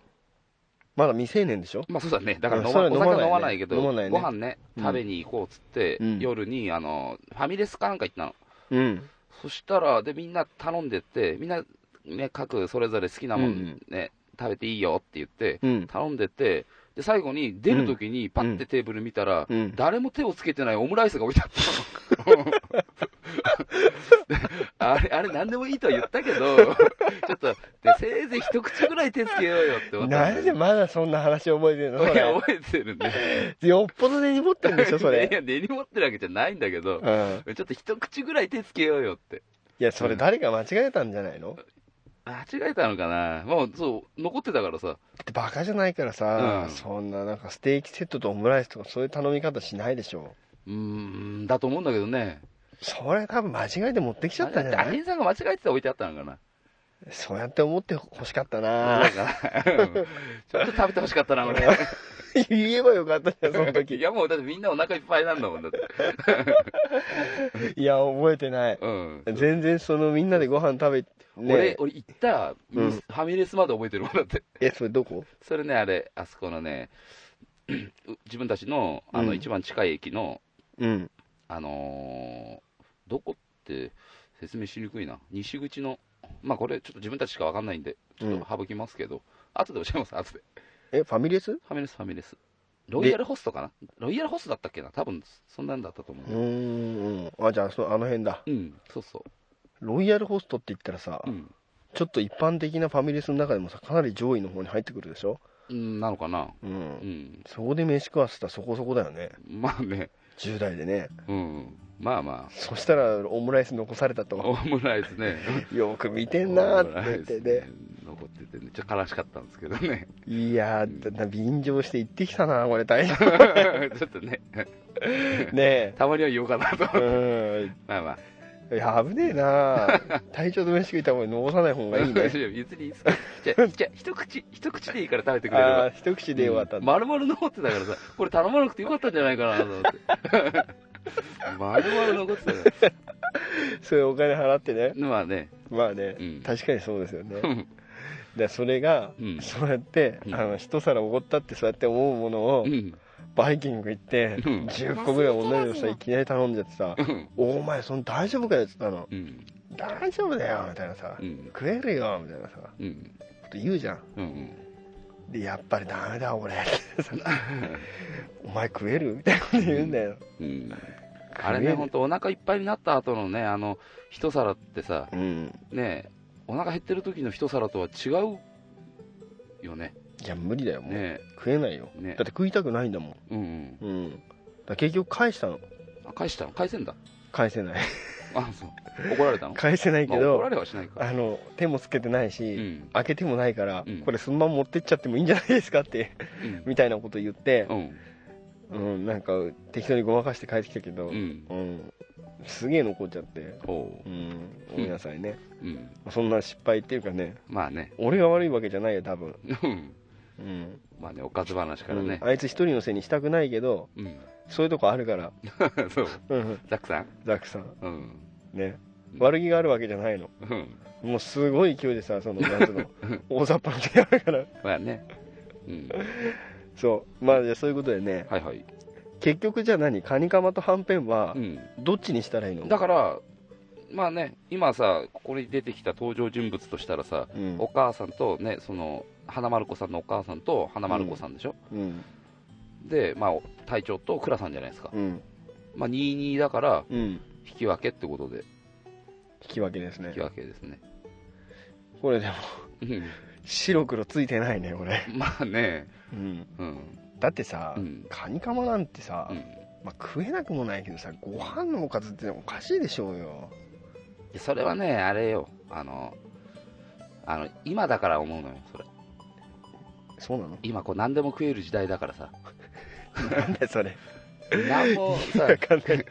[SPEAKER 4] まだ未成年でしょ
[SPEAKER 3] まあそうだね。だから
[SPEAKER 4] うん
[SPEAKER 3] 飲
[SPEAKER 4] そ
[SPEAKER 3] ま、
[SPEAKER 4] れ
[SPEAKER 3] お
[SPEAKER 4] は飲
[SPEAKER 3] 酒
[SPEAKER 4] まないね
[SPEAKER 3] は飲まないけど、
[SPEAKER 4] 飲まないね
[SPEAKER 3] ご飯ね、
[SPEAKER 4] うん
[SPEAKER 3] 食べに行こうっつって、
[SPEAKER 4] うん
[SPEAKER 3] 夜に、あの、ファミレスかなんか行ったの。
[SPEAKER 4] うん、
[SPEAKER 3] そしたら、で、みんな頼んでって、みんな、ね、各それぞれ好きなも
[SPEAKER 4] うん
[SPEAKER 3] んね、食べていいよって言って、
[SPEAKER 4] うん、
[SPEAKER 3] 頼んでって、で、最後に出るときに、パッてテーブル見たら、
[SPEAKER 4] うん、
[SPEAKER 3] 誰も手をつけてないオムライスが置いてあったの。あれ、あれ、なんでもいいとは言ったけど、ちょっと、でせいぜい一口ぐらい手つけようよって思った
[SPEAKER 4] なんでまだそんな話覚えてるの
[SPEAKER 3] い
[SPEAKER 4] そ
[SPEAKER 3] や、
[SPEAKER 4] れ
[SPEAKER 3] 覚えてるね。
[SPEAKER 4] よっぽど根に持ってるんでしょそ
[SPEAKER 3] い
[SPEAKER 4] れ
[SPEAKER 3] や、根に持ってるわけじゃないんだけど
[SPEAKER 4] う、ん、
[SPEAKER 3] ちょっと一口ぐらい手つけようよって。
[SPEAKER 4] いやそれ誰か間違えたんじゃないの
[SPEAKER 3] 間違えたのかなもう、そう、残ってたからさ。
[SPEAKER 4] ってバカじゃないからさ、
[SPEAKER 3] うん
[SPEAKER 4] そんななんかステーキセットとオムライスとかそういう頼み方しないでしょ
[SPEAKER 3] うーん、だと思うんだけどね。
[SPEAKER 4] それ多分間違えて持ってきちゃったんじゃ
[SPEAKER 3] あ
[SPEAKER 4] な
[SPEAKER 3] 店
[SPEAKER 4] い
[SPEAKER 3] 員さんが間違えてたら置いてあったのかな
[SPEAKER 4] そうやって思ってほしかった
[SPEAKER 3] ど
[SPEAKER 4] な
[SPEAKER 3] うかなうんちょっと食べてほしかったな、俺。
[SPEAKER 4] 言えばよかったじゃんその
[SPEAKER 3] い
[SPEAKER 4] 時
[SPEAKER 3] や、もうだってみんなお腹いっぱいなんだもん、だって。
[SPEAKER 4] いや覚えてない
[SPEAKER 3] うん。
[SPEAKER 4] 全然そのみんなでご飯食べ
[SPEAKER 3] 俺
[SPEAKER 4] ね、
[SPEAKER 3] 俺行った、
[SPEAKER 4] うん
[SPEAKER 3] ファミレスまで覚えてるもんだって。
[SPEAKER 4] えそれどこ
[SPEAKER 3] それね、あれ、あそこのね、 う自分たちの、あ
[SPEAKER 4] う
[SPEAKER 3] の、
[SPEAKER 4] ん
[SPEAKER 3] 一番近い駅の、
[SPEAKER 4] うん
[SPEAKER 3] あのーどこって説明しにくいな。西口の、まあこれちょっと自分たちしかわかんないんで、ちょっと省きますけど、後で教えます、後で。
[SPEAKER 4] えファミレスう
[SPEAKER 3] ファミレス、ファミレス。ロイヤルホストかなロイヤルホストだったっけな多分、そんなんだったと思
[SPEAKER 4] ー
[SPEAKER 3] う。
[SPEAKER 4] んあじゃあそのあの辺だ
[SPEAKER 3] うん、そうそ
[SPEAKER 4] ロイヤルホストって言ったらさ、
[SPEAKER 3] う。うん。
[SPEAKER 4] ちょっと一般的なファミレスの中でもさかなり上位の方に入ってくるでしょ
[SPEAKER 3] うん、なのかな
[SPEAKER 4] う
[SPEAKER 3] うんん。
[SPEAKER 4] そこで飯食わせたらそこそこだよね
[SPEAKER 3] まあね、
[SPEAKER 4] 10代でね
[SPEAKER 3] うん。まあ ま
[SPEAKER 4] そしたらオムライス残された
[SPEAKER 3] あ、
[SPEAKER 4] と
[SPEAKER 3] オムライスね。
[SPEAKER 4] よく見てんなーって言って
[SPEAKER 3] で
[SPEAKER 4] ね
[SPEAKER 3] 残っててね、ちょっと悲しかったんですけどね。
[SPEAKER 4] いやーだだ便乗して行ってきたなこれ大 変
[SPEAKER 3] ちょっとね、
[SPEAKER 4] ね
[SPEAKER 3] たまには言おうかなと。
[SPEAKER 4] えうん
[SPEAKER 3] まあまあ、
[SPEAKER 4] いや危ねえな体調と飯食いたもの残さない方が いいね
[SPEAKER 3] 別にいいっすじゃあじゃあ一口一口でいいから食べてくれれ
[SPEAKER 4] あ
[SPEAKER 3] ば
[SPEAKER 4] あ一口で終わったんだ、
[SPEAKER 3] 丸々残ってたからさ、これ頼まなくてよかったんじゃないかなと思って。 丸々残ってたか
[SPEAKER 4] そういうお金払ってね
[SPEAKER 3] ら。まあね。
[SPEAKER 4] まあね、
[SPEAKER 3] うん
[SPEAKER 4] 確かにそうですよね
[SPEAKER 3] うん
[SPEAKER 4] でそれが、
[SPEAKER 3] うん
[SPEAKER 4] そうやって、
[SPEAKER 3] うん
[SPEAKER 4] あの一皿おごったってそうやって思うものを、
[SPEAKER 3] うん。
[SPEAKER 4] バイキング行って、
[SPEAKER 3] うん
[SPEAKER 4] 10個ぐらい同じのさいきなり頼んじゃってさ
[SPEAKER 3] うん
[SPEAKER 4] 「お前その大丈夫かよ」っつったの
[SPEAKER 3] うん。
[SPEAKER 4] 「大丈夫だよ」みたいなさ「
[SPEAKER 3] うん。
[SPEAKER 4] 食えるよ」みたいなさ
[SPEAKER 3] うん。
[SPEAKER 4] こと言うじゃん
[SPEAKER 3] うん。
[SPEAKER 4] でやっぱりダメだ俺ってさ「お前食える?」みたいなこと言うんだよ、
[SPEAKER 3] うん。あれね、ほんとお腹いっぱいになった後のね、あの、一皿ってさ、
[SPEAKER 4] うん
[SPEAKER 3] ね、お腹減ってる時の一皿とは違うよね。
[SPEAKER 4] いや無理だよもう、
[SPEAKER 3] ね
[SPEAKER 4] 食えないよ
[SPEAKER 3] ね
[SPEAKER 4] だって食いたくないんだもん
[SPEAKER 3] うんうん。
[SPEAKER 4] うんだから結局返したの
[SPEAKER 3] あ返したの返せんだ。
[SPEAKER 4] 返せない
[SPEAKER 3] あ、そう。怒られたの
[SPEAKER 4] 返せないけ
[SPEAKER 3] まあ
[SPEAKER 4] ど、
[SPEAKER 3] 怒られはしないか。
[SPEAKER 4] あの手もつけてないし、
[SPEAKER 3] うん。
[SPEAKER 4] 開けてもないから、
[SPEAKER 3] うん
[SPEAKER 4] これそのまま持ってっちゃってもいいんじゃないですかって
[SPEAKER 3] うん
[SPEAKER 4] みたいなこと言って
[SPEAKER 3] う、ん。
[SPEAKER 4] うんなんか適当にごまかして帰ってきたけど、
[SPEAKER 3] う
[SPEAKER 4] うん
[SPEAKER 3] ん。
[SPEAKER 4] すげえ残っちゃって、
[SPEAKER 3] おう
[SPEAKER 4] う。ん、ごめんなさいね、
[SPEAKER 3] うん。
[SPEAKER 4] そんな失敗っていうかね
[SPEAKER 3] まあね。
[SPEAKER 4] 俺が悪いわけじゃないよ多分、
[SPEAKER 3] うん。
[SPEAKER 4] うん
[SPEAKER 3] まあね、おかず話からね
[SPEAKER 4] うん。あいつ一人のせいにしたくないけど
[SPEAKER 3] うん。
[SPEAKER 4] そういうとこあるから、
[SPEAKER 3] そう。
[SPEAKER 4] うん、
[SPEAKER 3] ザックさん
[SPEAKER 4] ザックさん
[SPEAKER 3] うん。
[SPEAKER 4] ね
[SPEAKER 3] うん
[SPEAKER 4] 悪気があるわけじゃないの
[SPEAKER 3] うん。
[SPEAKER 4] もうすごい勢いでさそのなんつうの 大雑把な手だから
[SPEAKER 3] まあね。うん。
[SPEAKER 4] そうまあじゃあそういうことでね
[SPEAKER 3] はいはい。
[SPEAKER 4] 結局じゃあ何カニカマとはんぺんは
[SPEAKER 3] うん。
[SPEAKER 4] どっちにしたらいいの
[SPEAKER 3] だから、まあね、今さ、ここに出てきた登場人物としたらさ、
[SPEAKER 4] うん
[SPEAKER 3] お母さんとね、その、花丸子さんのお母さんと花丸子さんでしょ、
[SPEAKER 4] うん
[SPEAKER 3] で、まあ、隊長と倉さんじゃないですか。
[SPEAKER 4] うん
[SPEAKER 3] まあ、22だから、
[SPEAKER 4] うん引
[SPEAKER 3] 引き分けってことで、
[SPEAKER 4] き分けです
[SPEAKER 3] 引
[SPEAKER 4] ね
[SPEAKER 3] き分けですね。
[SPEAKER 4] これでも
[SPEAKER 3] うん。
[SPEAKER 4] 白黒ついてないねこれ、
[SPEAKER 3] まあね、
[SPEAKER 4] うん、
[SPEAKER 3] うん。
[SPEAKER 4] だってさ、
[SPEAKER 3] うん。
[SPEAKER 4] カニカマなんてさ、
[SPEAKER 3] うん。
[SPEAKER 4] まあ、食えなくもないけどさご飯のおかずっておかしいでしょうよ
[SPEAKER 3] でそれはね、あれよ、あの、あの、今だから思うのよ、それ。
[SPEAKER 4] そうなの
[SPEAKER 3] 今こう何でも食える時代だからさ
[SPEAKER 4] なんだよそれ
[SPEAKER 3] 何もさ
[SPEAKER 4] 分かんない、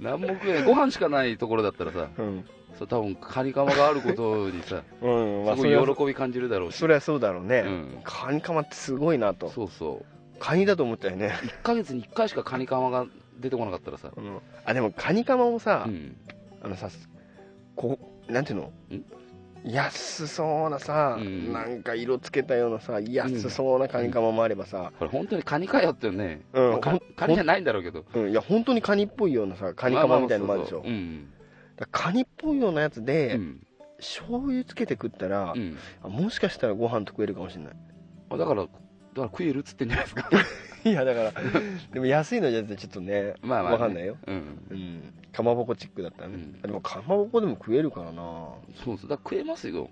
[SPEAKER 3] 何も食えないご飯しかないところだったらさ
[SPEAKER 4] うん
[SPEAKER 3] そう多分カニカマがあることにさ
[SPEAKER 4] うん まあ、
[SPEAKER 3] すご
[SPEAKER 4] それはい
[SPEAKER 3] 喜び感じるだろうし
[SPEAKER 4] それはそうだろうね、
[SPEAKER 3] うん
[SPEAKER 4] カニカマってすごいなと
[SPEAKER 3] そうそう
[SPEAKER 4] カニだと思ったよね、
[SPEAKER 3] 1ヶ月に1回しかカニカマが出てこなかったらさ
[SPEAKER 4] うん、あでもカニカマもさ、
[SPEAKER 3] うん
[SPEAKER 4] あのさこうなんていうの
[SPEAKER 3] ん
[SPEAKER 4] 安そうなさ、
[SPEAKER 3] うん
[SPEAKER 4] なんか色つけたようなさ安そうなカニカマもあればさ、
[SPEAKER 3] これ本当にカニかよってね、
[SPEAKER 4] うん
[SPEAKER 3] まあ
[SPEAKER 4] ほ
[SPEAKER 3] か
[SPEAKER 4] ん
[SPEAKER 3] カニじゃないんだろうけど
[SPEAKER 4] うんいや本当にカニっぽいようなさカニカマみたいなのもあるでしょ、
[SPEAKER 3] ままうん
[SPEAKER 4] だからカニっぽいようなやつ
[SPEAKER 3] う
[SPEAKER 4] で、
[SPEAKER 3] ん
[SPEAKER 4] 醤油つけて食ったら
[SPEAKER 3] う、ん
[SPEAKER 4] あもしかしたらご飯と食えるかもしれない
[SPEAKER 3] あだからだから食えるっつってんじゃないですか
[SPEAKER 4] いやだから でも安いのじゃちょっとね
[SPEAKER 3] まあまあ、ね、
[SPEAKER 4] わかんないよ
[SPEAKER 3] うん
[SPEAKER 4] うんかまぼこチックだったらね、
[SPEAKER 3] うん
[SPEAKER 4] あでもかまぼこでも食えるからな
[SPEAKER 3] そうそうだから食えますよ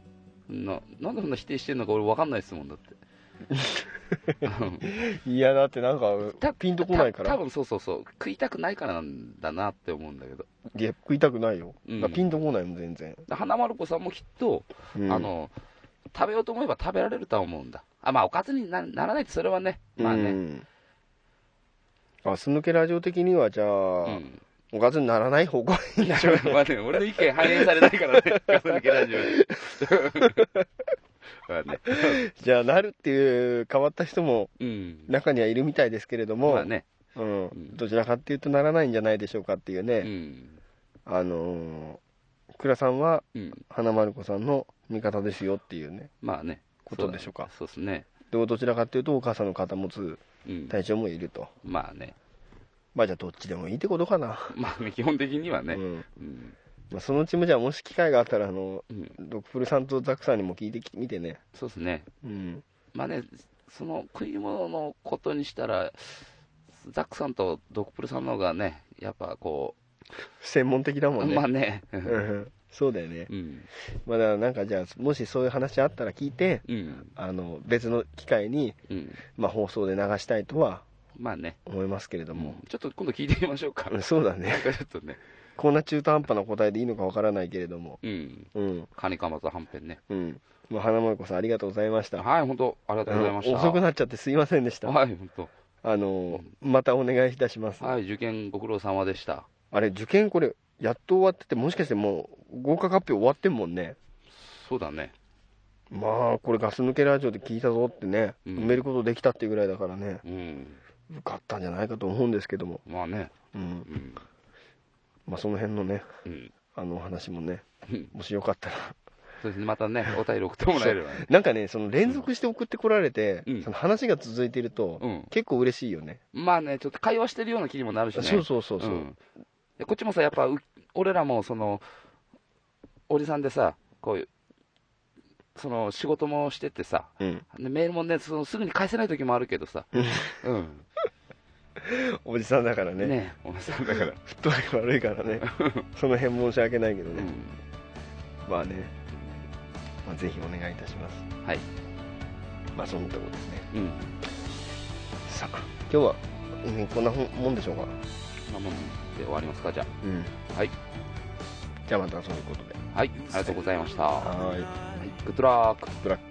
[SPEAKER 3] ななんでそんな否定してんのか俺わかんないですもんだってうん
[SPEAKER 4] いやだってなんか
[SPEAKER 3] た
[SPEAKER 4] ピンとこないか
[SPEAKER 3] た
[SPEAKER 4] ら
[SPEAKER 3] 多分そうそうそう食いたくないからなんだなって思うんだけど
[SPEAKER 4] いや食いたくないよ、
[SPEAKER 3] うん
[SPEAKER 4] だからピンとこないもん全然、
[SPEAKER 3] で花丸子さんもきっと、
[SPEAKER 4] うん
[SPEAKER 3] あの食べようと思えば食べられるとは思うんだあまあおかずになならないってそれはねまあ
[SPEAKER 4] う
[SPEAKER 3] ね
[SPEAKER 4] んガス抜けラジオ的にはじゃあ、
[SPEAKER 3] うん、
[SPEAKER 4] おかずにならない方向 に
[SPEAKER 3] いや まあね俺の意見反映されない からねガス抜けラジオに まあね
[SPEAKER 4] じゃあなるっていう変わった人も
[SPEAKER 3] うん
[SPEAKER 4] 中にはいるみたいですけれども、
[SPEAKER 3] まあね
[SPEAKER 4] う
[SPEAKER 3] うん
[SPEAKER 4] ん、どちらかっていうとならないんじゃないでしょうかっていう
[SPEAKER 3] う
[SPEAKER 4] ね、
[SPEAKER 3] ん
[SPEAKER 4] あのー倉さんは
[SPEAKER 3] うん
[SPEAKER 4] 花丸子さんの味方ですよっていうね
[SPEAKER 3] まあね
[SPEAKER 4] ことでしょうか
[SPEAKER 3] そうですね
[SPEAKER 4] でどちらかっていうとお母さんの肩持つ
[SPEAKER 3] うん
[SPEAKER 4] 体調もいると
[SPEAKER 3] まあね
[SPEAKER 4] まあじゃあどっちでもいいってことかな、
[SPEAKER 3] まあね基本的にはね
[SPEAKER 4] う、ん
[SPEAKER 3] うん
[SPEAKER 4] まあ、そのうちもじゃあもし機会があったらあの
[SPEAKER 3] うん、
[SPEAKER 4] ドクプルさんとザックさんにも聞いてき見てね
[SPEAKER 3] そうですね
[SPEAKER 4] うん
[SPEAKER 3] まあね、その食い物のことにしたら、ザックさんとドクプルさんの方がね、やっぱこ
[SPEAKER 4] 専門的だ
[SPEAKER 3] う、
[SPEAKER 4] もんね、
[SPEAKER 3] まあ ね、
[SPEAKER 4] うんそうだよね
[SPEAKER 3] うん、
[SPEAKER 4] まあだからなんかじゃあもしそういう話あったら聞いて
[SPEAKER 3] うん、
[SPEAKER 4] あの別の機会に、
[SPEAKER 3] うん、
[SPEAKER 4] まあ、放送で流したいとは
[SPEAKER 3] まあね、
[SPEAKER 4] 思いますけれども、
[SPEAKER 3] ちょっと今度聞いてみましょうか。
[SPEAKER 4] うんそうだ
[SPEAKER 3] なん
[SPEAKER 4] ね
[SPEAKER 3] かちょっとね、
[SPEAKER 4] こんな中途半端な答えでいいのかわからないけれども
[SPEAKER 3] うん、
[SPEAKER 4] うん
[SPEAKER 3] カニカマとはんぺんね。
[SPEAKER 4] うんもう花丸子さんありがとうございました
[SPEAKER 3] はい、本当ありがとうございました。
[SPEAKER 4] うん遅くなっちゃってすいませんでした
[SPEAKER 3] はい、本
[SPEAKER 4] あのまたお願いいたします、
[SPEAKER 3] 当はい、受験ご苦労様でした。
[SPEAKER 4] あれ受験これやっと終わってて、もしかしてもう合格発表終わってんもんね。
[SPEAKER 3] そうだね。
[SPEAKER 4] まあ、これガス抜けラジオで聞いたぞってね、
[SPEAKER 3] うん
[SPEAKER 4] 埋めることできたっていうぐらいだからね、
[SPEAKER 3] うん。
[SPEAKER 4] 受かったんじゃないかと思うんですけども、
[SPEAKER 3] まあね。
[SPEAKER 4] うん
[SPEAKER 3] う。ん。
[SPEAKER 4] まあ、その辺のね、
[SPEAKER 3] うん。
[SPEAKER 4] あのお話もね
[SPEAKER 3] うん、
[SPEAKER 4] もしよかったら。
[SPEAKER 3] そうですね。またね、お便り送ってもらえればね。
[SPEAKER 4] なんかね、その連続して送ってこられて、
[SPEAKER 3] うん
[SPEAKER 4] その話が続いてると、
[SPEAKER 3] うん。
[SPEAKER 4] 結構嬉しいよね。
[SPEAKER 3] まあね、ちょっと会話してるような気にもなるしね。
[SPEAKER 4] そうそうそうそう。
[SPEAKER 3] んでこっちもさ、やっぱう、俺らもその、おじさんでさ、こういう、その仕事もしててさ、
[SPEAKER 4] うん
[SPEAKER 3] でメールもねその、すぐに返せない時もあるけどさ、うん、
[SPEAKER 4] おじさんだからね、
[SPEAKER 3] ね、おじさんだから、
[SPEAKER 4] フットワーク悪いか らね、その辺申し訳ないけど
[SPEAKER 3] う
[SPEAKER 4] ね、
[SPEAKER 3] ん、
[SPEAKER 4] まあね、まあ、ぜひお願いいたします。
[SPEAKER 3] はい、
[SPEAKER 4] まあ、そんなところですね。
[SPEAKER 3] うん、
[SPEAKER 4] さあ、今日は、うんこんなもんでしょうか。
[SPEAKER 3] まあ、もうで終わりますか、じゃ
[SPEAKER 4] うん。
[SPEAKER 3] はい。
[SPEAKER 4] じゃあまたそういうことで。
[SPEAKER 3] あ、はい、ありがとうございました、は
[SPEAKER 4] はい。
[SPEAKER 3] い、グッドラック。
[SPEAKER 4] ブラック。